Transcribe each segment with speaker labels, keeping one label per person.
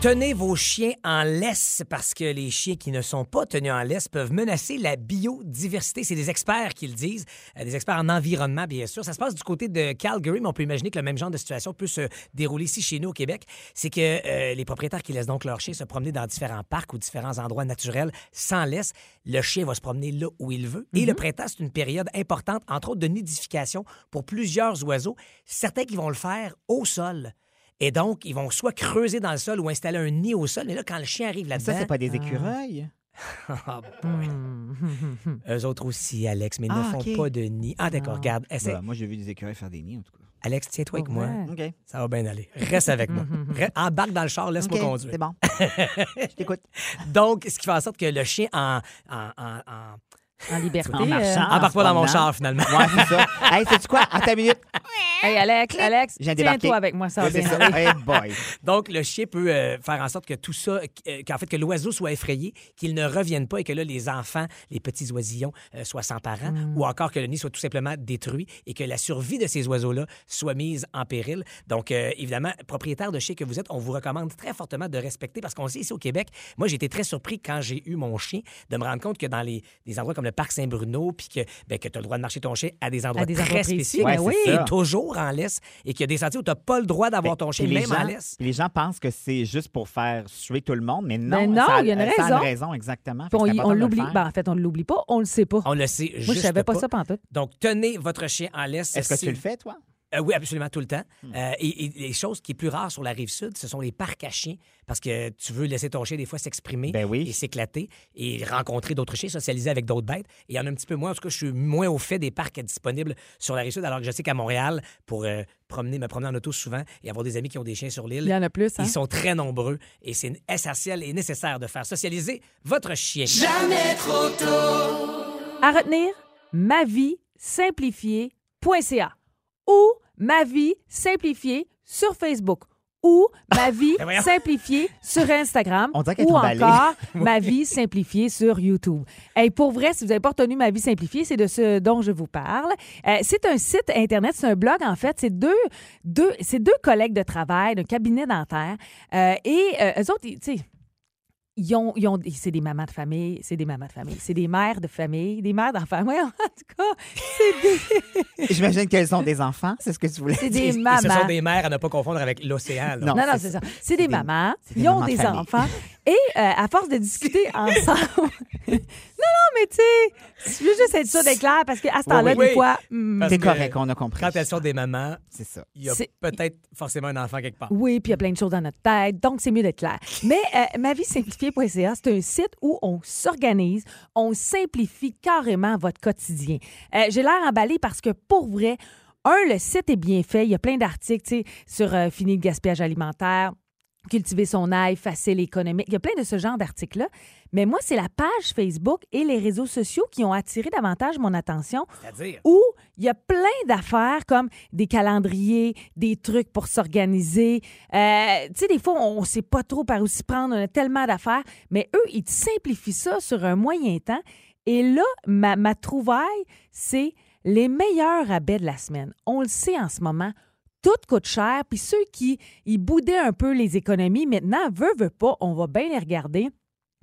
Speaker 1: Tenez vos chiens en laisse parce que les chiens qui ne sont pas tenus en laisse peuvent menacer la biodiversité. C'est des experts qui le disent, euh, des experts en environnement, bien sûr. Ça se passe du côté de Calgary, mais on peut imaginer que le même genre de situation peut se dérouler ici chez nous au Québec. C'est que euh, les propriétaires qui laissent donc leurs chiens se promener dans différents parcs ou différents endroits naturels sans laisse, le chien va se promener là où il veut. Et le printemps, c'est une période importante, entre autres de nidification pour plusieurs oiseaux. Certains qui vont le faire au sol. Et donc, ils vont soit creuser dans le sol ou installer un nid au sol. Mais là, quand le chien arrive là-dedans.
Speaker 2: Ça, c'est pas des écureuils.
Speaker 1: Ah, boy. Eux autres aussi, Alex, mais ils ne
Speaker 2: Ah,
Speaker 1: font
Speaker 2: ok.
Speaker 1: pas de nid. Ah, d'accord, regarde. essaie.
Speaker 2: Bah, moi, j'ai vu des écureuils faire des nids, en tout cas.
Speaker 1: Alex, tiens-toi avec moi.
Speaker 2: OK.
Speaker 1: Ça va bien aller. Reste avec moi. Re- Embarque dans le char, laisse-moi
Speaker 2: OK,
Speaker 1: conduire.
Speaker 2: C'est bon. Je t'écoute.
Speaker 1: Donc, ce qui fait en sorte que le chien en. en, en, en-
Speaker 3: En liberté. euh.
Speaker 2: En marchant.
Speaker 1: Embarque
Speaker 2: Ah, en
Speaker 1: pas
Speaker 2: se
Speaker 1: dans mon
Speaker 2: promenant.
Speaker 1: char, finalement.
Speaker 2: Ouais, c'est ça. hey, sais-tu quoi? Attends une minute.
Speaker 3: euh, Hey, Alex, Alex,
Speaker 2: J'ai débarqué.
Speaker 3: tiens-toi avec moi, ça va
Speaker 2: Ouais, c'est
Speaker 3: bien.
Speaker 2: ça.
Speaker 3: aller.
Speaker 2: Hey, boy.
Speaker 1: Donc, le chien peut euh, faire en sorte que tout ça, euh, qu'en fait, que l'oiseau soit effrayé, qu'il ne revienne pas et que là, les enfants, les petits oisillons, euh, soient sans parents ou encore que le nid soit tout simplement détruit et que la survie de ces oiseaux-là soit mise en péril. Donc, euh, évidemment, propriétaire de chien que vous êtes, on vous recommande très fortement de respecter parce qu'on sait ici au Québec, moi, j'ai été très surpris quand j'ai eu mon chien de me rendre compte que dans les, des endroits comme le parc Saint-Bruno, puis que, ben, que tu as le droit de marcher ton chien à des endroits
Speaker 3: des endroits
Speaker 1: très
Speaker 3: précis,
Speaker 1: spécifiques
Speaker 2: ben oui.
Speaker 1: et
Speaker 2: ça.
Speaker 1: toujours en laisse et qu'il y a des sentiers où tu n'as pas le droit d'avoir ton chien,
Speaker 2: Puis les
Speaker 1: même en
Speaker 2: gens-
Speaker 1: laisse.
Speaker 2: puis les gens pensent que c'est juste pour faire suer tout le monde, mais non.
Speaker 3: Mais non,
Speaker 2: ça
Speaker 3: il y a une
Speaker 2: ça
Speaker 3: raison.
Speaker 2: raison, exactement.
Speaker 3: Puis
Speaker 2: Fait que c'est
Speaker 3: on y- on
Speaker 2: important de le
Speaker 3: l'oublie.
Speaker 2: faire.
Speaker 3: Ben, en fait, on ne l'oublie pas, on le sait pas.
Speaker 1: On le sait juste
Speaker 3: Moi, je savais pas,
Speaker 1: pas.
Speaker 3: ça pantoute.
Speaker 1: Donc, tenez votre chien en laisse.
Speaker 2: Est-ce que
Speaker 1: si-
Speaker 2: tu le fais, Hmm. toi?
Speaker 1: Euh, oui, absolument, tout le temps. Euh, et, et les choses qui est plus rare sur la rive sud, ce sont les parcs à chiens, parce que tu veux laisser ton chien des fois s'exprimer
Speaker 2: Ben oui.
Speaker 1: et s'éclater et rencontrer d'autres chiens, socialiser avec d'autres bêtes. Et il y en a un petit peu moins. En tout cas, je suis moins au fait des parcs disponibles sur la rive sud, alors que je sais qu'à Montréal, pour euh, promener, me promener en auto souvent et avoir des amis qui ont des chiens sur l'île,
Speaker 3: Il y en a plus, hein?
Speaker 1: ils sont très nombreux et c'est essentiel et nécessaire de faire socialiser votre chien.
Speaker 3: À retenir, ma vie ou ma vie simplifiée sur Facebook ou ma vie
Speaker 1: Ben voyons.
Speaker 3: simplifiée sur Instagram
Speaker 2: On dirait qu'elle est
Speaker 3: ou
Speaker 2: emballée.
Speaker 3: encore ma vie simplifiée sur YouTube. Et pour vrai, si vous n'avez pas retenu ma vie simplifiée, c'est de ce dont je vous parle. Euh, c'est un site internet, c'est un blog en fait, c'est deux deux c'est deux collègues de travail d'un cabinet dentaire Euh, et euh, eux autres, ils- tu sais ils ont, ils ont- c'est des mamans de famille, c'est des mamans de famille, c'est des mères de famille, des mères d'enfants. Ouais, en tout cas, c'est des,
Speaker 2: J'imagine qu'elles sont des enfants, c'est ce que tu voulais
Speaker 3: c'est
Speaker 2: dire.
Speaker 3: des
Speaker 1: Et ce
Speaker 3: mamans.
Speaker 1: sont des mères à ne pas confondre avec l'océan. là.
Speaker 2: Non.
Speaker 3: Non, non,
Speaker 2: c'est
Speaker 3: c'est ça. C'est des
Speaker 2: des-
Speaker 3: mamans,
Speaker 2: c'est des
Speaker 3: ils ont
Speaker 2: mamans de
Speaker 3: des
Speaker 2: famille.
Speaker 3: enfants. Et euh, à force de discuter ensemble. non, non, mais tu sais, je veux juste être sûre d'être clair parce qu'à ce
Speaker 2: Oui,
Speaker 3: temps-là,
Speaker 1: oui.
Speaker 3: des fois. hmm,
Speaker 1: Parce
Speaker 2: T'es
Speaker 1: que
Speaker 2: correct, on a compris.
Speaker 1: Quand elles sont des mamans,
Speaker 2: C'est ça.
Speaker 1: il y a
Speaker 3: C'est-
Speaker 1: peut-être forcément un enfant quelque part.
Speaker 3: Oui, puis il y a plein de choses dans notre tête, donc c'est mieux d'être clair. Mais euh, mavisimplifiée.ca, c'est un site où on s'organise, on simplifie carrément votre quotidien. Euh, J'ai l'air emballée parce que pour vrai, un, le site est bien fait. Il y a plein d'articles tu sais, sur euh, fini le gaspillage alimentaire, cultiver son ail, facile économique. Il y a plein de ce genre d'articles-là. Mais moi, c'est la page Facebook et les réseaux sociaux qui ont attiré davantage mon attention
Speaker 1: C'est-à-dire,
Speaker 3: où il y a plein d'affaires comme des calendriers, des trucs pour s'organiser. Euh, tu sais, des fois, on ne sait pas trop par où s'y prendre, on a tellement d'affaires, mais eux, ils te simplifient ça sur un moyen temps. Et là, ma, ma trouvaille, c'est les meilleurs rabais de la semaine. On le sait en ce moment, tout coûte cher, puis ceux qui ils boudaient un peu les économies, maintenant, veut, veut pas, on va bien les regarder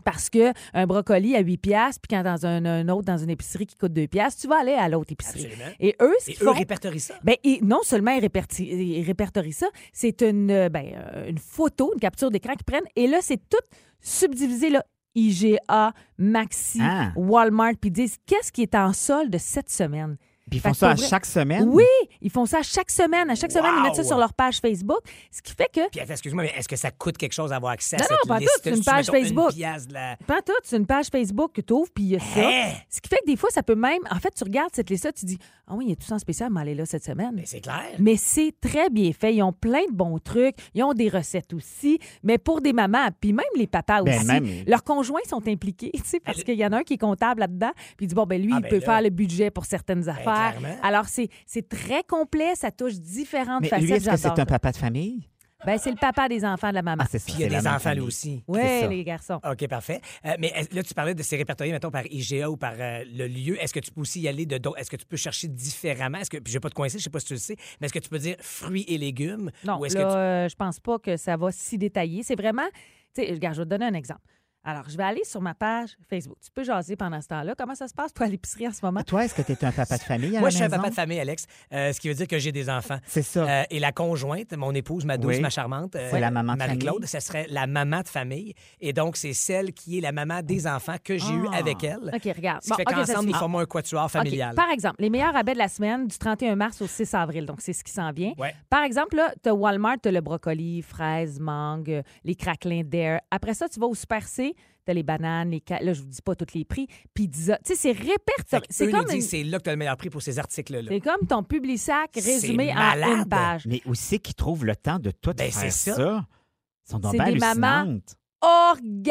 Speaker 3: parce que un brocoli à 8 piastres, puis quand dans un, un autre, dans une épicerie qui coûte 2 piastres, tu vas aller à l'autre épicerie.
Speaker 1: absolument.
Speaker 3: Et eux, ce
Speaker 1: Et
Speaker 3: qu'ils
Speaker 1: eux
Speaker 3: font...
Speaker 1: répertorient ça.
Speaker 3: Ben, ils- non seulement ils, réperti- ils répertorient ça, c'est une, euh, ben, euh, une photo, une capture d'écran qu'ils prennent. Et là, c'est tout subdivisé, là. IGA, Maxi,
Speaker 2: Ah.
Speaker 3: Walmart, puis ils disent qu'est-ce qui est en solde cette semaine.
Speaker 2: Puis ils
Speaker 3: Fait
Speaker 2: font
Speaker 3: que
Speaker 2: ça
Speaker 3: pour
Speaker 2: à
Speaker 3: vrai-
Speaker 2: chaque semaine.
Speaker 3: Oui, ils font ça chaque semaine. À chaque semaine, ils mettent ça
Speaker 1: Wow!
Speaker 3: sur leur page Facebook, ce qui fait que
Speaker 1: Puis attends, excuse-moi, mais est-ce que ça coûte quelque chose d'avoir accès à
Speaker 3: Non,
Speaker 1: cette
Speaker 3: non, pas
Speaker 1: liste?
Speaker 3: tout, c'est une
Speaker 1: Si tu
Speaker 3: page
Speaker 1: mettons
Speaker 3: Facebook.
Speaker 1: Une pièce de la...
Speaker 3: Pas tout, c'est une page Facebook que tu ouvres, puis il y a ça.
Speaker 1: Hein?
Speaker 3: Ce qui fait que des fois, ça peut même. En fait, tu regardes cette liste-là, tu dis Ah oui, il y a tout ça en spécial, mais elle est là cette semaine.
Speaker 1: Mais c'est clair.
Speaker 3: Mais c'est très bien fait. Ils ont plein de bons trucs. Ils ont des recettes aussi. Mais pour des mamans, puis même les papas
Speaker 2: Ben,
Speaker 3: aussi,
Speaker 2: même-
Speaker 3: leurs conjoints sont impliqués, tu sais, parce qu'il y en a un qui est comptable là-dedans. Puis il dit Bon, ben lui,
Speaker 1: Ah,
Speaker 3: il
Speaker 1: ben
Speaker 3: peut
Speaker 1: là.
Speaker 3: faire le budget pour certaines
Speaker 2: Ben,
Speaker 3: affaires.
Speaker 1: clairement.
Speaker 3: Alors, c'est c'est très complet. Ça touche différentes
Speaker 2: Mais
Speaker 3: facettes.
Speaker 2: lui, est-ce que c'est
Speaker 3: J'adore
Speaker 2: un papa de famille?
Speaker 3: Ben, c'est le papa des enfants de la maman.
Speaker 2: Ah, c'est ça.
Speaker 1: Puis il y a
Speaker 2: c'est la
Speaker 1: des
Speaker 2: même
Speaker 1: enfants, lui
Speaker 2: famille.
Speaker 1: aussi.
Speaker 2: c'est
Speaker 3: oui,
Speaker 2: ça. Ah,
Speaker 3: les garçons.
Speaker 1: OK, parfait. Euh, mais est- là, tu parlais de ces répertoriés, mettons, par IGA ou par euh, le lieu. Est-ce que tu peux aussi y aller de d'autres- Est-ce que tu peux chercher différemment? Est-ce que, puis je vais pas te coincer, je sais pas si tu le sais, mais est-ce que tu peux dire fruits et légumes?
Speaker 3: Non,
Speaker 1: ou
Speaker 3: là,
Speaker 1: est-ce que tu...
Speaker 3: euh, je pense pas que ça va si détaillé. C'est vraiment, tu sais, regarde, je vais te donner un exemple. Alors, je vais aller sur ma page Facebook. Tu peux jaser pendant ce temps-là. Comment ça se passe, toi, à l'épicerie en ce moment?
Speaker 2: Toi, est-ce que tu es un papa de famille à
Speaker 1: Moi,
Speaker 2: la
Speaker 1: je suis un
Speaker 2: maison?
Speaker 1: papa de famille, Alex, euh, ce qui veut dire que j'ai des enfants.
Speaker 2: C'est ça.
Speaker 1: Euh, et la conjointe, mon épouse, ma douce,
Speaker 2: Oui.
Speaker 1: ma charmante, euh,
Speaker 2: C'est la maman de
Speaker 1: Marie-Claude,
Speaker 2: famille.
Speaker 1: ça serait la maman de famille. Et donc, c'est celle qui est la maman des
Speaker 2: Oh.
Speaker 1: enfants que j'ai eu
Speaker 2: Ah.
Speaker 1: avec elle.
Speaker 3: OK, regarde.
Speaker 1: Ce qui fait
Speaker 3: Bon, OK, ça
Speaker 1: qu'ensemble,
Speaker 3: suffit.
Speaker 1: nous formons un quatuor
Speaker 3: OK,
Speaker 1: familial.
Speaker 3: Par exemple, les meilleurs rabais de la semaine du 31 mars au 6 avril. Donc, c'est ce qui s'en vient.
Speaker 1: Ouais.
Speaker 3: Par exemple, là, tu as Walmart, tu le brocoli, fraises, mangue, euh, les craquelins d'air. Après ça, tu vas au Super C, tu as les bananes, les ca- là, je vous dis pas tous les prix, pizza. Tu sais, c'est
Speaker 1: Fait
Speaker 3: répertorié.
Speaker 1: que
Speaker 3: C'est
Speaker 1: eux
Speaker 3: comme,
Speaker 1: nous disent,
Speaker 3: une-
Speaker 1: c'est là que tu as le meilleur prix pour ces articles-là.
Speaker 3: c'est comme ton public sac
Speaker 1: C'est
Speaker 3: résumé en
Speaker 1: malade.
Speaker 3: une page.
Speaker 2: Mais où c'est qu'ils trouvent le temps de tout
Speaker 1: Ben, c'est
Speaker 2: faire
Speaker 1: ça.
Speaker 2: ça? Ils sont donc
Speaker 3: C'est
Speaker 2: bien
Speaker 3: des mamans.
Speaker 2: hallucinantes.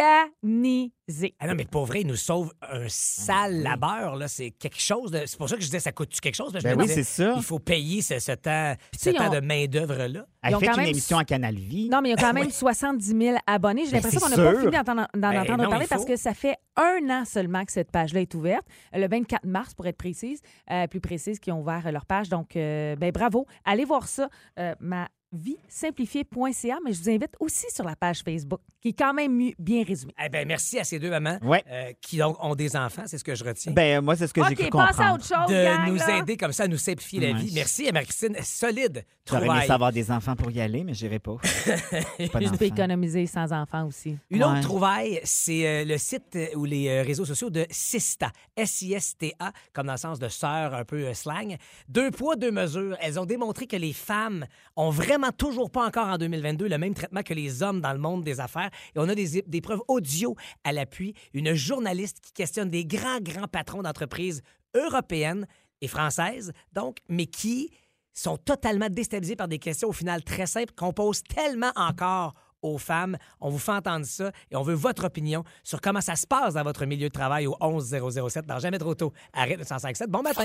Speaker 3: Organisé.
Speaker 1: Ah non, mais pour vrai, ils nous sauvent un
Speaker 2: Ah
Speaker 1: sale labeur, là. C'est quelque chose. de- C'est pour ça que je disais, ça coûte quelque chose? Parce que je
Speaker 2: Ben
Speaker 1: me
Speaker 2: oui,
Speaker 1: disais,
Speaker 2: c'est ça.
Speaker 1: Il faut payer ce, ce temps, ce
Speaker 3: tu sais,
Speaker 1: temps
Speaker 3: on-
Speaker 1: de main-d'œuvre-là.
Speaker 2: Elle
Speaker 3: Ils ont
Speaker 2: fait
Speaker 3: quand
Speaker 2: une
Speaker 3: même-
Speaker 2: émission à Canal Vie.
Speaker 3: Non, mais il y a quand même 70 000 abonnés. J'ai
Speaker 2: Ben,
Speaker 3: l'impression qu'on
Speaker 2: c'est
Speaker 3: n'a pas
Speaker 2: sûr.
Speaker 3: fini d'entendre- d'en
Speaker 1: Ben,
Speaker 3: entendre
Speaker 1: non,
Speaker 3: parler
Speaker 1: il faut.
Speaker 3: parce que ça fait un an seulement que cette page-là est ouverte. Euh, Le 24 mars, pour être précise, euh, plus précise, qui ont ouvert euh, leur page. Donc, euh, ben, bravo. Allez voir ça. Euh, ma vie simplifiée.ca, mais je vous invite aussi sur la page Facebook, qui est quand même mieux- bien résumée.
Speaker 1: Eh bien, merci à ces deux mamans
Speaker 2: Ouais.
Speaker 1: euh, qui ont, ont des enfants, c'est ce que je retiens.
Speaker 2: Ben, moi, c'est ce que j'ai cru
Speaker 3: OK, passez à
Speaker 2: comprendre.
Speaker 3: autre chose,
Speaker 1: de
Speaker 3: gang,
Speaker 1: nous
Speaker 3: Oh, là.
Speaker 1: aider comme ça à nous simplifier la
Speaker 2: Ouais.
Speaker 1: vie. Merci à Marie-Christine. Solide.
Speaker 2: J'aurais aimé
Speaker 1: Trouvaille.
Speaker 2: savoir des enfants pour y aller, mais j'irai pas. J'ai pas
Speaker 3: Tu peux
Speaker 2: d'enfants.
Speaker 3: économiser sans enfants aussi.
Speaker 1: Une autre
Speaker 2: Ouais.
Speaker 1: trouvaille, c'est euh, le site euh, ou les euh, réseaux sociaux de Sista. S-I-S-T-A, comme dans le sens de sœur, un peu euh, slang. Deux poids, deux mesures. Elles ont démontré que les femmes ont vraiment toujours pas encore en 2022 le même traitement que les hommes dans le monde des affaires. Et on a des, des preuves audio à l'appui. Une journaliste qui questionne des grands, grands patrons d'entreprises européennes et françaises, donc, mais qui sont totalement déstabilisés par des questions au final très simples qu'on pose tellement encore aux femmes. On vous fait entendre ça et on veut votre opinion sur comment ça se passe dans votre milieu de travail au 11007 dans Jamais trop tôt. Arrête 1057. Bon matin.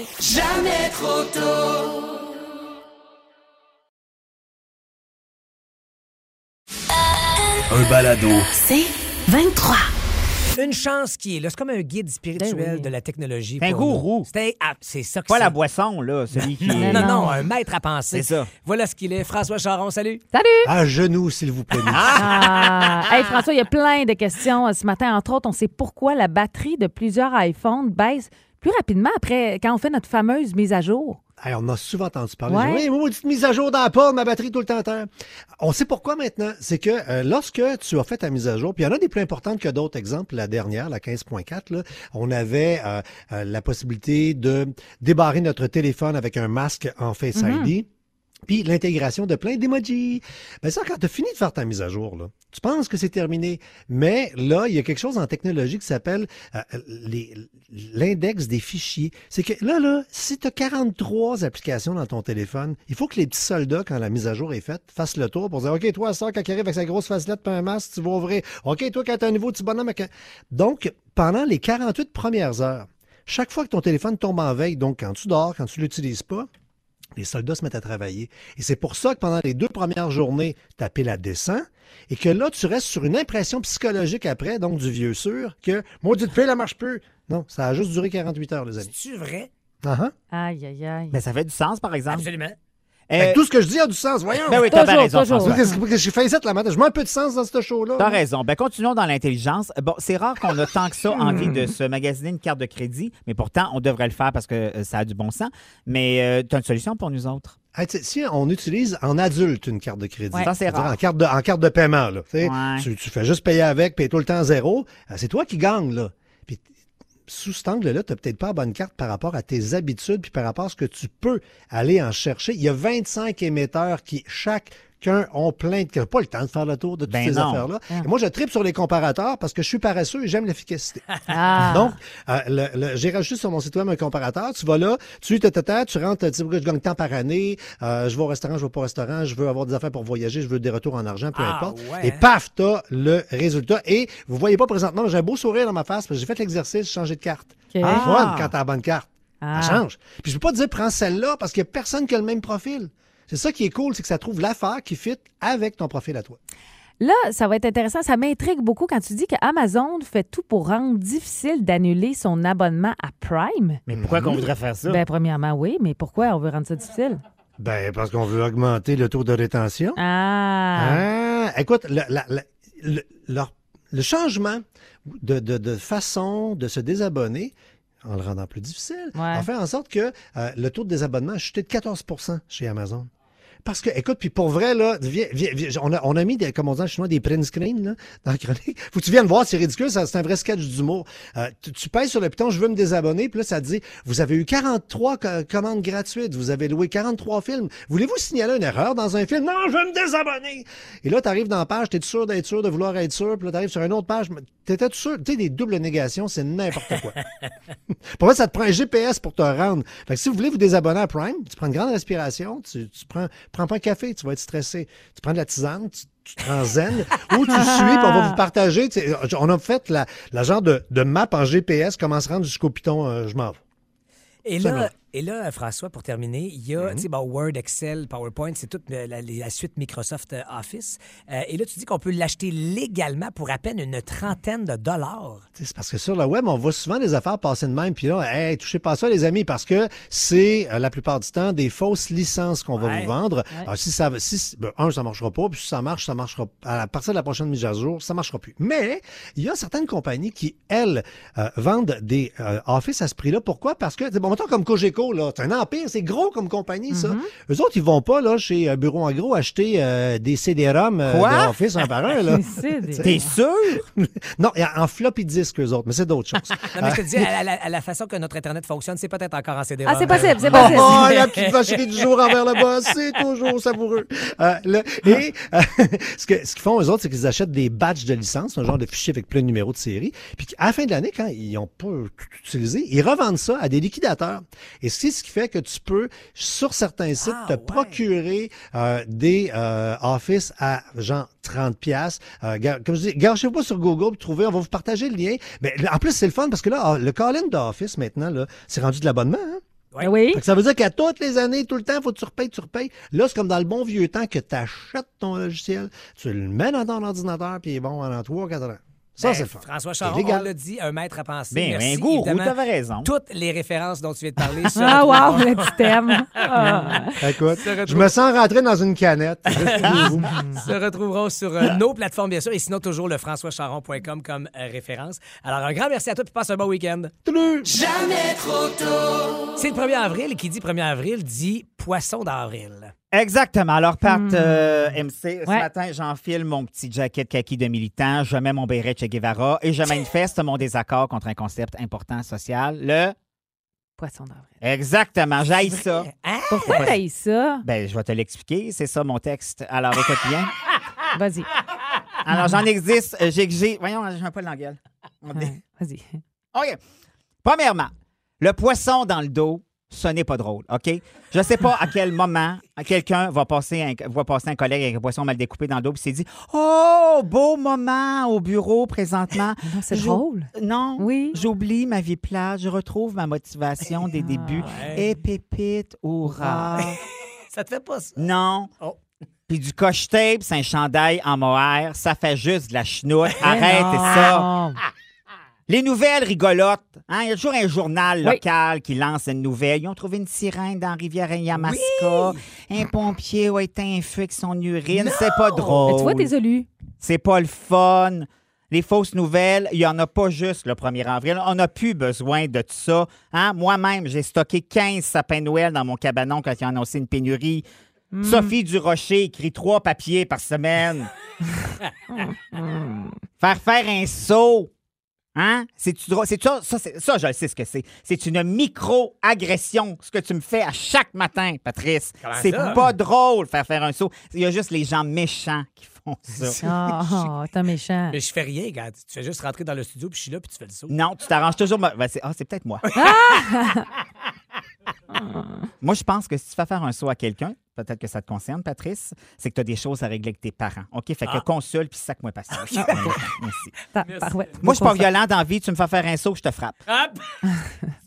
Speaker 4: Un balado.
Speaker 5: C'est 23.
Speaker 1: Une chance qui est là. C'est comme un guide spirituel
Speaker 3: Ben oui.
Speaker 1: de la technologie.
Speaker 2: C'est un
Speaker 1: pour nous.
Speaker 2: gourou.
Speaker 1: C'est un- ah, c'est ça que
Speaker 2: Pas la
Speaker 1: c'est.
Speaker 2: boisson, là, celui qui
Speaker 1: Non,
Speaker 2: est...
Speaker 1: non, non, un maître à penser.
Speaker 2: C'est ça.
Speaker 1: Voilà ce qu'il est. François Charon, salut.
Speaker 3: Salut!
Speaker 6: À genoux, s'il vous plaît.
Speaker 3: Ah! Hey, François, il y a plein de questions euh, ce matin. Entre autres, on sait pourquoi la batterie de plusieurs iPhones baisse plus rapidement après quand on fait notre fameuse mise à jour.
Speaker 6: Hey, on a souvent entendu parler.
Speaker 3: Ouais.
Speaker 6: Oui, moi, petite mise à jour dans la pomme, ma batterie tout le temps à terre. On sait pourquoi maintenant. C'est que euh, lorsque tu as fait ta mise à jour, puis il y en a des plus importantes que d'autres. Exemple, la dernière, la 15.4, là, on avait euh, euh, la possibilité de débarrer notre téléphone avec un masque en Face ID. Puis l'intégration de plein d'emojis. Mais ça, quand tu as fini de faire ta mise à jour, là, tu penses que c'est terminé. Mais là, il y a quelque chose en technologie qui s'appelle euh, les- l'index des fichiers. C'est que là, là, si tu as 43 applications dans ton téléphone, il faut que les petits soldats, quand la mise à jour est faite, fassent le tour pour dire OK, toi, ça, quand il arrive avec sa grosse facelette puis un masque, tu vas ouvrir. OK, toi, quand tu as un nouveau petit bonhomme. avec un- Donc, pendant les 48 premières heures, chaque fois que ton téléphone tombe en veille, donc quand tu dors, quand tu l'utilises pas, les soldats se mettent à travailler. Et c'est pour ça que pendant les deux premières journées, ta pile à descend et que là, tu restes sur une impression psychologique après, donc du vieux sûr, que maudite pile, elle marche plus. Non, ça a juste duré 48 heures, les amis.
Speaker 1: C'est-tu vrai?
Speaker 2: Ah,
Speaker 6: Uh-huh.
Speaker 2: hein?
Speaker 3: Aïe, aïe, aïe.
Speaker 2: Ben, ça fait du sens, par exemple.
Speaker 1: Absolument.
Speaker 2: Euh,
Speaker 6: Fait que tout ce que je dis a du sens, voyons.
Speaker 2: Ben oui, t'as bien
Speaker 3: Toujours,
Speaker 2: raison,
Speaker 3: toujours.
Speaker 2: François.
Speaker 6: Qu'est-ce que- qu'est-ce que j'ai fait ça la matin? Je mets un peu de sens dans ce show-là.
Speaker 2: T'as raison. Ben, continuons dans l'intelligence. Bon, c'est rare qu'on a tant que ça envie de se magasiner une carte de crédit, mais pourtant, on devrait le faire parce que euh, ça a du bon sens. Mais tu t'as une solution pour nous autres?
Speaker 6: Hey, tu sais, si on utilise en adulte une carte de crédit,
Speaker 2: Ouais. Ça, c'est
Speaker 6: je veux dire,
Speaker 2: rare.
Speaker 6: en carte de, en carte de paiement, là, tu, sais,
Speaker 2: Ouais.
Speaker 6: tu- tu fais juste payer avec, payer tout le temps zéro, euh, c'est toi qui gagne là. Puis t- sous cet angle-là, tu n'as peut-être pas la bonne carte par rapport à tes habitudes puis par rapport à ce que tu peux aller en chercher. Il y a 25 émetteurs qui, chacun, ont plein de... qui n'ont pas le temps de faire le tour de toutes
Speaker 2: Ben
Speaker 6: ces
Speaker 2: non.
Speaker 6: affaires-là. Et moi, je tripe sur les comparateurs parce que je suis paresseux et j'aime l'efficacité.
Speaker 3: Ah.
Speaker 6: Donc, euh, le- le- j'ai rajouté sur mon site web un comparateur. Tu vas là, tu ta, ta, ta, tu rentres, tu dis je gagne tant par année, euh, je vais au restaurant, je vais pas au restaurant, je veux avoir des affaires pour voyager, je veux des retours en argent, peu
Speaker 1: Ah,
Speaker 6: importe.
Speaker 1: ouais,
Speaker 6: Et
Speaker 1: hein?
Speaker 6: paf, t'as le résultat. Et vous voyez pas présentement, mais j'ai un beau sourire dans ma face parce que j'ai fait l'exercice, changer de carte.
Speaker 3: Ok.
Speaker 6: C'est le
Speaker 2: Ah.
Speaker 6: fun quand t'as la bonne carte.
Speaker 3: Ah.
Speaker 6: Elle change. Puis je peux pas te dire prends celle-là parce qu'il y a personne qui a le même profil. C'est C'est ça qui est cool, c'est que ça trouve l'affaire qui fit avec ton profil à toi.
Speaker 3: Là, ça va être intéressant. Ça m'intrigue beaucoup quand tu dis qu'Amazon fait tout pour rendre difficile d'annuler son abonnement à Prime.
Speaker 2: Mais pourquoi qu'on voudrait faire ça?
Speaker 3: Ben, premièrement, oui, mais pourquoi on veut rendre ça difficile?
Speaker 6: Ben, parce qu'on veut augmenter le taux de rétention.
Speaker 3: Ah!
Speaker 6: Ah, écoute, le, la- la- le- leur- le changement de, de- de façon de se désabonner en le rendant plus difficile,
Speaker 3: Ouais.
Speaker 6: en fait en sorte que euh, le taux de désabonnement a chuté de 14 chez Amazon. Parce que, écoute, puis pour vrai, là, viens- viens- viens- on, a, on a mis, des, comme on dit en chinois, des print screens là, dans la chronique. Faut que tu viennes voir, c'est ridicule, ça, c'est un vrai sketch d'humour. Euh, tu, tu pèses sur le piton, je veux me désabonner, puis là, ça te dit, vous avez eu 43 co- commandes gratuites, vous avez loué 43 films. Voulez-vous signaler une erreur dans un film? Non, je veux me désabonner! Et là, t'arrives dans la page, t'es sûr d'être sûr, de vouloir être sûr, puis là, t'arrives sur une autre page, mais t'étais sûr, tu sais, des doubles négations, c'est n'importe quoi. Pour moi, ça te prend un GPS pour te rendre. Fait que si vous voulez vous désabonner à Prime, tu prends une grande respiration, tu, tu prends, prends pas un café, tu vas être stressé. Tu prends de la tisane, tu, tu te rends zen, ou tu suis, puis on va vous partager. tu sais, On a fait la, la genre de, de map en GPS, comment se rendre jusqu'au piton, euh, je m'en vais.
Speaker 1: Et
Speaker 6: Ça
Speaker 1: là,
Speaker 6: va.
Speaker 1: et là, François, pour terminer, il y a
Speaker 6: Mhm.
Speaker 1: tu sais, bon, Word, Excel, PowerPoint, c'est toute euh, la, la suite Microsoft euh, Office. Euh, et là, tu dis qu'on peut l'acheter légalement pour à peine une trentaine de dollars.
Speaker 6: Tu sais, C'est parce que sur le web, on voit souvent des affaires passer de même, puis là, hey, touchez pas à ça, les amis, parce que c'est euh, la plupart du temps des fausses licences qu'on va
Speaker 1: Ouais.
Speaker 6: vous vendre. Alors, si ça, si, ben, un, ça marchera pas, puis si ça marche, ça marchera. À partir de la prochaine mise à jour, ça marchera plus. Mais il y a certaines compagnies qui, elles, euh, vendent des euh, Office à ce prix-là. Pourquoi Parce que, tu sais, bon, mettons comme Cogeco, là, c'est un empire, c'est gros comme compagnie, ça. Eux autres, ils vont pas là chez euh, Bureau en gros acheter euh, des CD-ROM euh,
Speaker 2: Quoi?
Speaker 6: de Office un par un, là.
Speaker 3: C'est des-
Speaker 2: T'es sûr?
Speaker 6: non, en floppy disque eux autres, mais c'est d'autres choses.
Speaker 1: Non, mais je te dis, à, la- à la façon que notre Internet fonctionne, c'est peut-être encore en CD.
Speaker 3: Ah, c'est possible, c'est
Speaker 6: Oh,
Speaker 3: possible.
Speaker 6: oh, la petite vacherie du jour envers le boss, c'est toujours savoureux. Euh, le- et euh, ce que- ce qu'ils font, eux autres, c'est qu'ils achètent des batchs de licences, un genre de fichier avec plein de numéros de série. Puis à la fin de l'année, quand ils n'ont pas tout utilisé, ils revendent ça à des liquidateurs. Et c'est ce qui fait que tu peux, sur certains sites,
Speaker 1: Ah,
Speaker 6: te
Speaker 1: ouais.
Speaker 6: procurer euh, des euh, Office à genre 30 pièces. comme je dis, gâchez-vous pas sur Google pour trouver, on va vous partager le lien. Mais en plus, c'est le fun parce que là, ah, le call-in d'Office maintenant, là, c'est rendu de l'abonnement. Hein?
Speaker 3: Ben Oui.
Speaker 6: Fait que ça veut dire qu'à toutes les années, tout le temps, faut que tu repayes, tu repayes. Là, c'est comme dans le bon vieux temps que tu achètes ton logiciel, tu le mets dans ton ordinateur, puis il est bon pendant 3 4 ans. Ça, c'est le fun.
Speaker 1: Ben, François
Speaker 6: C'est
Speaker 1: Charon,
Speaker 6: légal.
Speaker 1: on l'a dit, un maître à penser.
Speaker 2: Ben,
Speaker 1: Merci,
Speaker 2: un gourou,
Speaker 1: évidemment.
Speaker 2: t'avais raison.
Speaker 1: Toutes les références dont tu viens de parler sur
Speaker 3: Ah, wow, le petit thème. Ah.
Speaker 6: Écoute, je me sens rentré dans une canette.
Speaker 1: se retrouveront sur euh, nos plateformes, bien sûr, et sinon toujours le françoischaron.com comme euh, référence. Alors, un grand merci à toi, puis passe un bon week-end. C'est le 1er avril, et qui dit 1er avril dit poisson d'avril.
Speaker 2: Exactement. Alors, Pat euh, MC, ce
Speaker 3: Ouais.
Speaker 2: matin, j'enfile mon petit jacket kaki de militant, je mets mon béret Che Guevara et je manifeste mon désaccord contre un concept important social, le...
Speaker 3: Poisson d'avril.
Speaker 2: Exactement, j'aille ça.
Speaker 1: Hein?
Speaker 3: Pourquoi t'as eu ça?
Speaker 2: Ben, je vais te l'expliquer, c'est ça mon texte. Alors, écoute bien.
Speaker 3: Vas-y.
Speaker 2: Alors, j'en existe, euh, j'ai... j'ai- Voyons, j'ai un poil dans la gueule. On dit-
Speaker 3: Ouais, Vas-y.
Speaker 2: OK. Premièrement, le poisson dans le dos, ce n'est pas drôle, OK? Je sais pas à quel moment quelqu'un va passer un, voit passer un collègue avec un poisson mal découpé dans le dos puis s'est dit « Oh, beau moment au bureau présentement.
Speaker 3: Non, » c'est
Speaker 2: J'ou-
Speaker 3: drôle.
Speaker 2: Non,
Speaker 3: Oui.
Speaker 2: j'oublie ma vie plate, je retrouve ma motivation des débuts. Et pépite, hurrah.
Speaker 1: Ça te fait pas ça?
Speaker 2: Non.
Speaker 1: Oh.
Speaker 2: Puis du coche tape, c'est un chandail en mohair, ça fait juste de la chenoute.
Speaker 3: Mais
Speaker 2: Arrête
Speaker 3: non.
Speaker 2: ça.
Speaker 3: Ah.
Speaker 2: Les nouvelles rigolotes. hein, Il y a toujours un journal
Speaker 3: Oui.
Speaker 2: local qui lance une nouvelle. Ils ont trouvé une sirène dans Rivière-Yamaska. Un pompier a éteint un feu avec son urine. C'est pas
Speaker 3: Mais tu vois,
Speaker 2: drôle.
Speaker 3: t'es élu.
Speaker 2: C'est pas le fun. Les fausses nouvelles, il y en a pas juste le 1er avril. On n'a plus besoin de tout ça. hein. Moi-même, j'ai stocké 15 sapins de Noël dans mon cabanon quand ils ont annoncé une pénurie. Sophie Durocher écrit trois papiers par semaine. Faire faire un saut. Hein? C'est-tu drôle? C'est ça, ça, c'est- ça, je le sais ce que c'est. C'est une micro-agression, ce que tu me fais à chaque matin, Patrice. C'est
Speaker 1: ça?
Speaker 2: pas drôle faire faire un saut. Il y a juste les gens méchants qui font ça.
Speaker 3: Oh, t'es méchant.
Speaker 1: Mais je fais rien, gars. Tu fais juste rentrer dans le studio, puis je suis là, puis tu fais le saut.
Speaker 2: Non, tu t'arranges toujours. ma- ben, c'est- ah, c'est peut-être moi. moi, je pense que si tu fais faire un saut à quelqu'un, peut-être que ça te concerne, Patrice, c'est que tu as des choses à régler avec tes parents. OK? Fait que console puis sac-moi pas ça. Merci.
Speaker 3: Ta- parouette.
Speaker 2: Moi, je suis
Speaker 3: Bon
Speaker 2: pas
Speaker 3: conseil.
Speaker 2: violent dans la vie. Tu me fais faire un saut, je te frappe.
Speaker 1: Hop!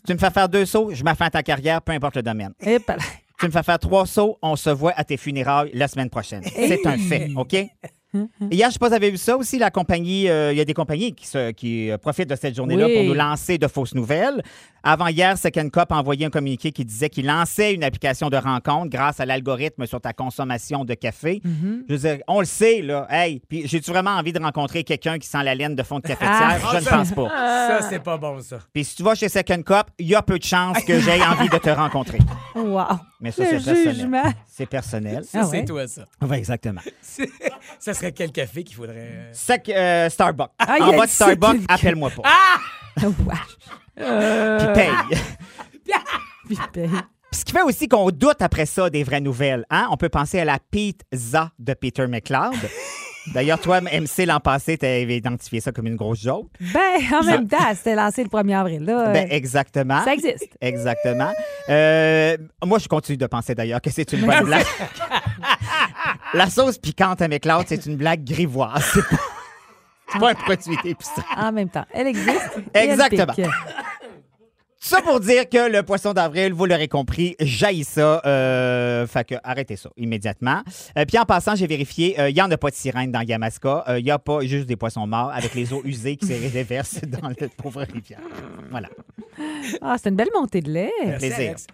Speaker 2: Tu me fais faire deux sauts, je m'affaire ta carrière, peu importe le domaine.
Speaker 3: Eh, pa-
Speaker 2: Tu me fais faire trois sauts, on se voit à tes funérailles la semaine prochaine. C'est un fait, OK? Hier, je ne sais pas si vous avez vu ça aussi, la compagnie, euh, il y a des compagnies qui, se- qui euh, profitent de cette journée-là
Speaker 3: Oui.
Speaker 2: pour nous lancer de fausses nouvelles. Avant hier, Second Cup a envoyé un communiqué qui disait qu'il lançait une application de rencontre grâce à l'algorithme sur ta consommation de café. Je veux dire, on le sait, là. Hey, puis j'ai-tu vraiment envie de rencontrer quelqu'un qui sent la laine de fond de cafetière? je ne pense
Speaker 3: Euh.
Speaker 2: pas.
Speaker 1: Ça, c'est pas bon, ça.
Speaker 2: Puis si tu vas chez Second Cup, il y a peu de chances que j'aie envie de te rencontrer.
Speaker 3: Wow.
Speaker 2: Mais ça,
Speaker 3: le
Speaker 2: c'est personnel.
Speaker 3: jugement.
Speaker 2: C'est personnel.
Speaker 1: Ça,
Speaker 3: Ah
Speaker 1: c'est
Speaker 3: ouais?
Speaker 1: toi, ça.
Speaker 2: Oui, exactement.
Speaker 1: C'est- ça serait quel café qu'il faudrait. euh,
Speaker 2: Sec, euh, Starbucks.
Speaker 3: Ah, il
Speaker 2: en
Speaker 3: a
Speaker 2: bas de
Speaker 3: dit ça,
Speaker 2: Starbucks,
Speaker 3: tu le-
Speaker 2: appelle-moi pas.
Speaker 3: Ah! Wesh.
Speaker 2: Puis paye.
Speaker 3: Puis paye.
Speaker 2: Puis ce qui fait aussi qu'on doute après ça des vraies nouvelles. Hein? On peut penser à la pizza de Peter McLeod. D'ailleurs, toi, MC, l'an passé, t'avais identifié ça comme une grosse joke.
Speaker 3: Ben, en même temps, c'était lancé le 1er avril. Là,
Speaker 2: Ben,
Speaker 3: euh,
Speaker 2: exactement.
Speaker 3: ça existe.
Speaker 2: Exactement. Euh, moi, je continue de penser d'ailleurs que c'est une bonne blague. la sauce piquante à McLeod, c'est une blague grivoise. C'est pas, c'est pas un produit d'épicerie.
Speaker 3: En même temps, elle existe. et elle
Speaker 2: Exactement.
Speaker 3: pique.
Speaker 2: Ça pour dire que le poisson d'avril, vous l'aurez compris, jaillit ça. Euh, fait que arrêtez ça immédiatement. Euh, puis en passant, j'ai vérifié, euh, il y n'y en a pas de sirène dans Yamaska. Euh, Il y n'y a pas juste des poissons morts avec les eaux usées qui se déversent dans le pauvre rivière. Voilà.
Speaker 3: Ah, c'est une belle montée de lait.
Speaker 1: merci,
Speaker 2: plaisir.
Speaker 1: Alex.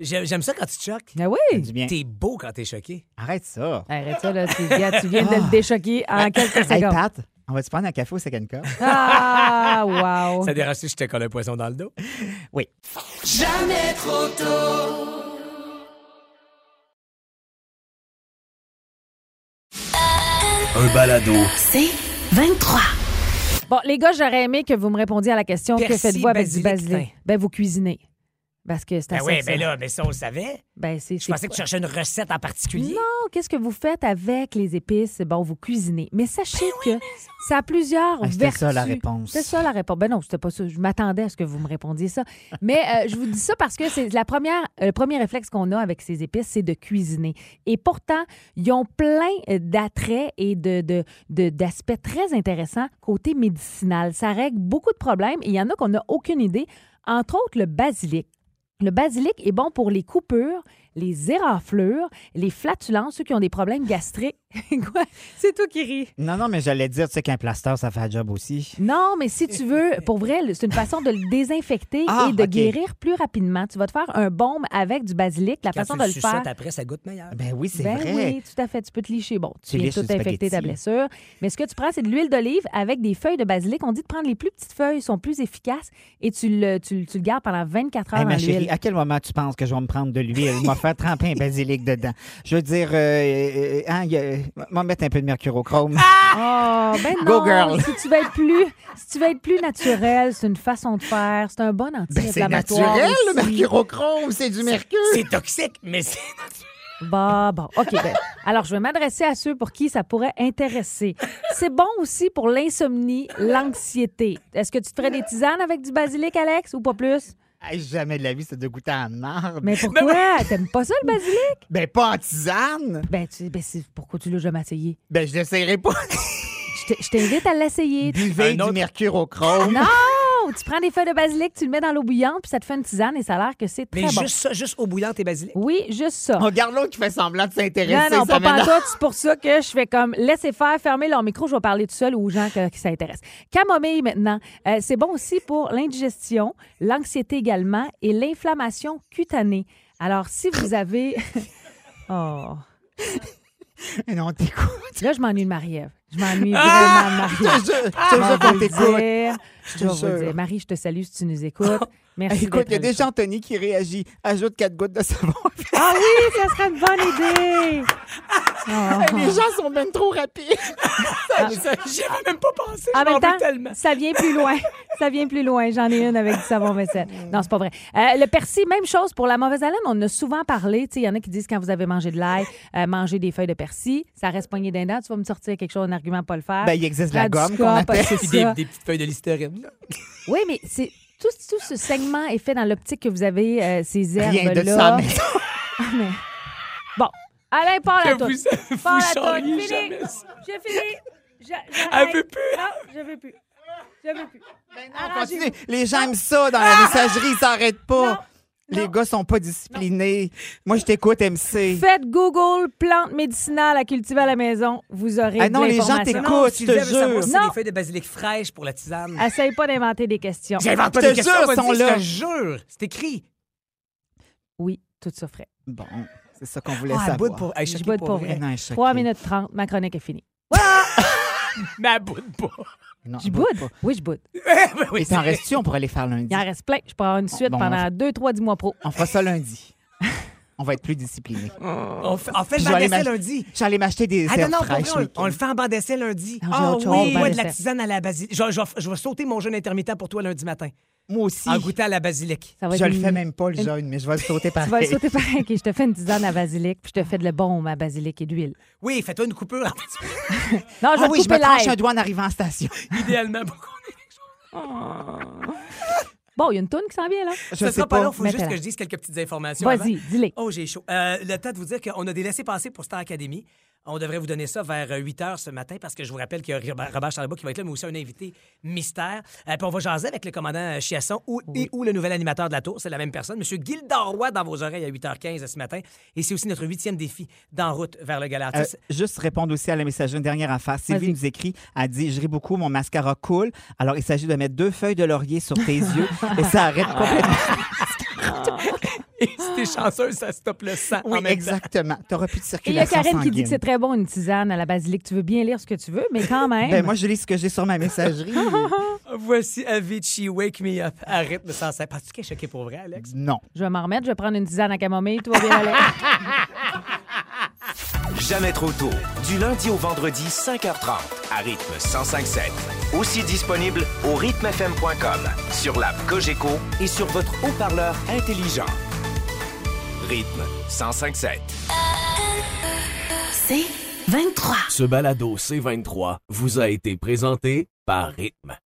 Speaker 1: J'ai- J'aime ça quand tu te choques.
Speaker 3: Ben
Speaker 2: Ça fait
Speaker 3: oui.
Speaker 2: du bien.
Speaker 1: T'es beau quand t'es choqué.
Speaker 2: Arrête ça.
Speaker 3: Arrête ça, là. Tu, gars, tu viens de le déchoquer en quelques
Speaker 2: Ah. Hey
Speaker 3: secondes.
Speaker 2: Pat, on va te prendre un café au second cup?
Speaker 3: Ah, wow.
Speaker 1: Ça dérange si je te colle un poisson dans le dos.
Speaker 2: Oui.
Speaker 4: Un balado.
Speaker 5: C'est 23.
Speaker 3: Bon, les gars, j'aurais aimé que vous me répondiez à la question que
Speaker 1: Persil
Speaker 3: faites-vous avec du
Speaker 1: basilic,
Speaker 3: basilic? Ben, vous cuisinez. Parce que c'est
Speaker 1: Ben
Speaker 3: assez
Speaker 1: oui,
Speaker 3: ça.
Speaker 1: ben là, mais ça, on le savait.
Speaker 3: Ben, c'est.
Speaker 1: Je pensais que tu cherchais une recette en particulier.
Speaker 3: Non, qu'est-ce que vous faites avec les épices? Bon, vous cuisinez. Mais
Speaker 1: Ben
Speaker 3: sachez que ça a plusieurs
Speaker 2: Ah, c'était
Speaker 3: vertus.
Speaker 2: ça, la réponse.
Speaker 3: C'est ça la réponse. Ben non, c'était pas ça. Je m'attendais à ce que vous me répondiez ça. Mais euh, je vous dis ça parce que c'est la première, euh, le premier réflexe qu'on a avec ces épices, c'est de cuisiner. Et pourtant, ils ont plein euh, d'attraits et de, de- de- d'aspects très intéressants côté médicinal. Ça règle beaucoup de problèmes et il y en a qu'on n'a aucune idée. Entre autres, le basilic. Le basilic est bon pour les coupures, les éraflures, les flatulences, ceux qui ont des problèmes gastriques. Quoi? C'est toi qui ris.
Speaker 2: Non, non, mais j'allais dire, tu sais qu'un plaster, ça fait un job aussi.
Speaker 3: Non, mais si tu veux, pour vrai, le- c'est une façon de le désinfecter
Speaker 2: Ah,
Speaker 3: et de
Speaker 2: OK.
Speaker 3: guérir plus rapidement. Tu vas te faire un baume avec du basilic. La
Speaker 1: Quand
Speaker 3: façon
Speaker 1: tu
Speaker 3: de
Speaker 1: le
Speaker 3: le
Speaker 1: suçotes
Speaker 3: faire.
Speaker 1: après, ça goûte meilleur.
Speaker 2: Ben oui, c'est
Speaker 3: Ben
Speaker 2: vrai.
Speaker 3: oui, tout à fait. Tu peux te licher. Bon,
Speaker 2: Tu
Speaker 3: tu viens
Speaker 2: liches
Speaker 3: tout
Speaker 2: du
Speaker 3: infecter ta
Speaker 2: spaghetti.
Speaker 3: blessure. Mais ce que tu prends, c'est de l'huile d'olive avec des feuilles de basilic. On dit de prendre les plus petites feuilles, elles sont plus efficaces et tu le, tu, le- tu le gardes pendant 24 heures
Speaker 2: Hey,
Speaker 3: dans
Speaker 2: ma
Speaker 3: l'huile.
Speaker 2: chérie, ah! à quel moment tu penses que je vais me prendre de l'huile? Je vais faire tremper un basilic dedans. Je veux dire, euh, euh, hein, il y a- m'en mettre un peu de mercurochrome.
Speaker 3: Oh, ben
Speaker 2: Go
Speaker 3: non,
Speaker 2: girl.
Speaker 3: si tu veux être plus, si tu veux être plus naturel, c'est une façon de faire, c'est un bon
Speaker 2: Ben, c'est
Speaker 3: anti-inflammatoire.
Speaker 2: naturel, le
Speaker 3: aussi.
Speaker 2: mercurochrome, c'est du mercure.
Speaker 1: C'est toxique, mais c'est.
Speaker 3: Bah, bon, OK. ben, alors, je vais m'adresser à ceux pour qui ça pourrait intéresser. C'est bon aussi pour l'insomnie, l'anxiété. Est-ce que tu te ferais des tisanes avec du basilic, Alex, ou pas plus?
Speaker 2: Hey, jamais de la vie, c'est de goûter à la marde.
Speaker 3: Mais pourquoi? T'aimes pas ça, le basilic?
Speaker 2: Ben, pas en tisane.
Speaker 3: Ben, tu, ben c'est- pourquoi tu l'as jamais essayé?
Speaker 2: Ben, je l'essayerai pas.
Speaker 3: Je t'- je t'invite à l'essayer.
Speaker 2: Buvez
Speaker 1: Un
Speaker 2: du
Speaker 1: autre-
Speaker 2: mercurochrome.
Speaker 3: Non! Tu prends des feuilles de basilic, tu le mets dans l'eau bouillante, puis ça te fait une tisane et ça a l'air que c'est très
Speaker 1: Mais
Speaker 3: bon.
Speaker 1: juste ça, juste au bouillant et basilic.
Speaker 3: Oui, juste ça.
Speaker 2: Regarde l'autre qui fait semblant de
Speaker 3: Non,
Speaker 2: s'intéresser.
Speaker 3: non, pas
Speaker 2: ça m'énerve.
Speaker 3: pantoute. C'est pour ça que je fais comme laissez faire, fermez leur micro, je vais parler tout seul aux gens que, qui s'intéressent. Camomille maintenant, Euh, c'est bon aussi pour l'indigestion, l'anxiété également et l'inflammation cutanée. Alors, si vous avez. oh.
Speaker 2: Non, t'écoutes.
Speaker 3: Là, je m'ennuie de Marie-Ève. Je m'ennuie vraiment de
Speaker 2: Je
Speaker 3: Marie-Ève.
Speaker 2: te jure- Ah! je te jure
Speaker 3: Je
Speaker 2: qu'on
Speaker 3: vais vous le dire,
Speaker 2: t'écoute.
Speaker 3: je vais vous le
Speaker 2: jure.
Speaker 3: dire. Marie, je te salue si tu nous écoutes. Merci.
Speaker 2: Écoute,
Speaker 3: d'être
Speaker 2: il y a
Speaker 3: avec
Speaker 2: déjà Anthony qui réagit. Ajoute quatre gouttes de savon.
Speaker 3: nous. Ah oui, ça serait une bonne idée. Oh.
Speaker 2: Les gens sont même trop rapides.
Speaker 1: J'y avais même pas pensé.
Speaker 3: En
Speaker 1: je m'en
Speaker 3: même
Speaker 1: veux
Speaker 3: temps,
Speaker 1: tellement.
Speaker 3: ça vient plus loin. Ça vient plus loin. J'en ai une avec du savon vaisselle.
Speaker 1: Mm.
Speaker 3: Non, c'est pas vrai. Euh, le persil, même chose pour la mauvaise haleine. On en a souvent parlé. Tu sais, Il y en a qui disent quand vous avez mangé de l'ail, euh, mangez des feuilles de persil. Ça reste poigné d'un dent. Tu vas me sortir quelque chose, un argument pas le faire.
Speaker 2: Ben, il existe la
Speaker 3: Prends du
Speaker 2: gomme qu'on
Speaker 3: Scott,
Speaker 2: appelle.
Speaker 3: c'est
Speaker 1: Puis des,
Speaker 3: ça.
Speaker 1: des petites feuilles de listerine. là.
Speaker 3: Oui, mais c'est tout, tout ce segment est fait dans l'optique que vous avez euh, ces herbes-là.
Speaker 2: Rien de ça, mais
Speaker 3: Mais- Bon. Alain, parle à
Speaker 1: Que
Speaker 3: toi.
Speaker 1: vous
Speaker 3: Parle
Speaker 1: vous
Speaker 3: à toi.
Speaker 1: charriez
Speaker 3: Fini.
Speaker 1: jamais ça.
Speaker 3: J'ai fini. Je-
Speaker 1: Elle
Speaker 3: j'arrête.
Speaker 1: veut plus.
Speaker 3: Non, je veux plus. Je veux plus.
Speaker 1: Ben
Speaker 3: Ah,
Speaker 2: On continue. Les gens aiment ça dans la messagerie, ils s'arrêtent pas. Les gars sont pas disciplinés. Moi, je t'écoute, MC.
Speaker 3: Faites Google plantes médicinales à cultiver à la maison. Vous aurez
Speaker 2: Ah non,
Speaker 3: de
Speaker 2: les gens
Speaker 3: l'information.
Speaker 2: t'écoutent.
Speaker 1: Non,
Speaker 2: Écoute,
Speaker 1: tu
Speaker 2: je te
Speaker 1: devais savoir
Speaker 2: jure. Ah,
Speaker 1: si
Speaker 3: Non.
Speaker 1: des feuilles de basilic fraîches pour la tisane.
Speaker 3: Essaye pas d'inventer des questions.
Speaker 1: J'invente pas
Speaker 2: Je te
Speaker 1: des questions,
Speaker 2: jure,
Speaker 1: vas-y,
Speaker 2: sont
Speaker 1: je
Speaker 2: là.
Speaker 1: te jure. C'est écrit.
Speaker 3: Oui, tout ça frais.
Speaker 2: Bon, c'est ça qu'on voulait
Speaker 1: Ah, elle boude
Speaker 2: savoir.
Speaker 1: pour... Hey,
Speaker 3: Je
Speaker 1: choquée
Speaker 3: bois de pour
Speaker 2: Eh
Speaker 3: vrai.
Speaker 2: non, elle est choquée.
Speaker 3: 3 minutes 30, ma chronique est finie.
Speaker 1: Mais elle boude pas.
Speaker 2: Non,
Speaker 3: Je
Speaker 2: elle boude
Speaker 3: boude?
Speaker 2: pas.
Speaker 3: Oui, je boude.
Speaker 1: Ben oui,
Speaker 2: Et t'en restes-tu? On pourrait les faire lundi.
Speaker 3: Il en reste plein. Je prends une suite
Speaker 2: Bon,
Speaker 3: pendant 2-3 10 mois pro.
Speaker 2: On fera ça lundi. on va être plus disciplinés.
Speaker 1: On fait, on fait le
Speaker 2: Je vais
Speaker 1: banc
Speaker 2: aller
Speaker 1: d'essai
Speaker 2: m'ach-
Speaker 1: lundi.
Speaker 2: J'allais m'acheter des
Speaker 1: Ah non,
Speaker 2: herbes
Speaker 1: non, pas
Speaker 2: fraîches.
Speaker 1: vrai, on,
Speaker 2: Mickey.
Speaker 1: on le fait en banc d'essai lundi.
Speaker 3: Non, j'ai
Speaker 1: Ah
Speaker 3: autre chose,
Speaker 1: oui,
Speaker 3: banc
Speaker 1: moi de la
Speaker 3: d'essai.
Speaker 1: tisane à la basilic. Je, je vais- je vais sauter mon jeûne intermittent pour toi lundi matin.
Speaker 2: Moi aussi.
Speaker 1: En goûtant à la basilic.
Speaker 3: Ça va
Speaker 2: je
Speaker 3: être
Speaker 2: le
Speaker 3: une-
Speaker 2: fais même pas, le jeune, mais je vais le sauter
Speaker 3: Tu vas le
Speaker 2: pareil.
Speaker 3: sauter pareil. OK, je te fais une tisane à basilic, puis je te fais de le bon à basilic et d'huile.
Speaker 1: Oui, fais-toi une coupure.
Speaker 3: Non, je
Speaker 2: Ah
Speaker 3: vais
Speaker 2: oui,
Speaker 3: te
Speaker 2: je me
Speaker 3: couper
Speaker 2: tranche
Speaker 3: l'air.
Speaker 2: un doigt en arrivant en station.
Speaker 1: Idéalement, pour qu'on ait-
Speaker 3: Bon, il y a une toune qui s'en vient, là.
Speaker 2: Je
Speaker 1: Ce
Speaker 2: sais
Speaker 1: sera
Speaker 2: pas.
Speaker 1: pas long, faut juste
Speaker 3: Mettez-la.
Speaker 1: que je dise quelques petites informations. avant.
Speaker 3: Vas-y, dis-les.
Speaker 1: Oh, j'ai chaud. Euh, le temps de vous dire qu'on a des laissés-passer pour Star Academy. On devrait vous donner ça vers euh, 8 h ce matin parce que je vous rappelle qu'il y a Robert Robert Charlebois qui va être là, mais aussi un invité mystère. Euh, puis on va jaser avec le commandant euh, Chiasson ou, et ou le nouvel animateur de la tour. C'est la même personne. Monsieur Gildor Roy dans vos oreilles à 8h15 ce matin. Et c'est aussi notre huitième défi d'en route vers le
Speaker 2: Euh,
Speaker 1: Galartis.
Speaker 2: juste répondre aussi à la messagerie, une dernière affaire. Sylvie
Speaker 3: Vas-y.
Speaker 2: nous écrit, a dit, je ris beaucoup, mon mascara coule. Alors, il s'agit de mettre deux feuilles de laurier sur tes yeux et ça arrête complètement.
Speaker 1: Et si t'es chanceuse, ça stoppe le sang. en
Speaker 2: Oui,
Speaker 1: même temps.
Speaker 2: exactement. T'auras plus de
Speaker 3: Et il y a
Speaker 2: circulation
Speaker 3: Karen qui dit que c'est
Speaker 2: sanguine.
Speaker 3: très bon une tisane à la basilic. Tu veux bien lire ce que tu veux, mais quand même.
Speaker 2: Ben, moi, je lis ce que j'ai sur ma messagerie.
Speaker 1: Voici Avicii, Wake Me Up, à rythme sans cesse. Penses-tu qu'elle est choquée pour vrai, Alex?
Speaker 2: non.
Speaker 3: Je vais m'en remettre, je vais prendre une tisane à camomille, tout va bien aller.
Speaker 7: Jamais trop tôt. Du lundi au vendredi, 5h30, à rythme 1057. Aussi disponible au rythmefm.com, sur l'app Cogeco et sur votre haut-parleur intelligent. Rythme 1057.
Speaker 5: C'est 23.
Speaker 4: Ce balado C23 vous a été présenté par Rythme.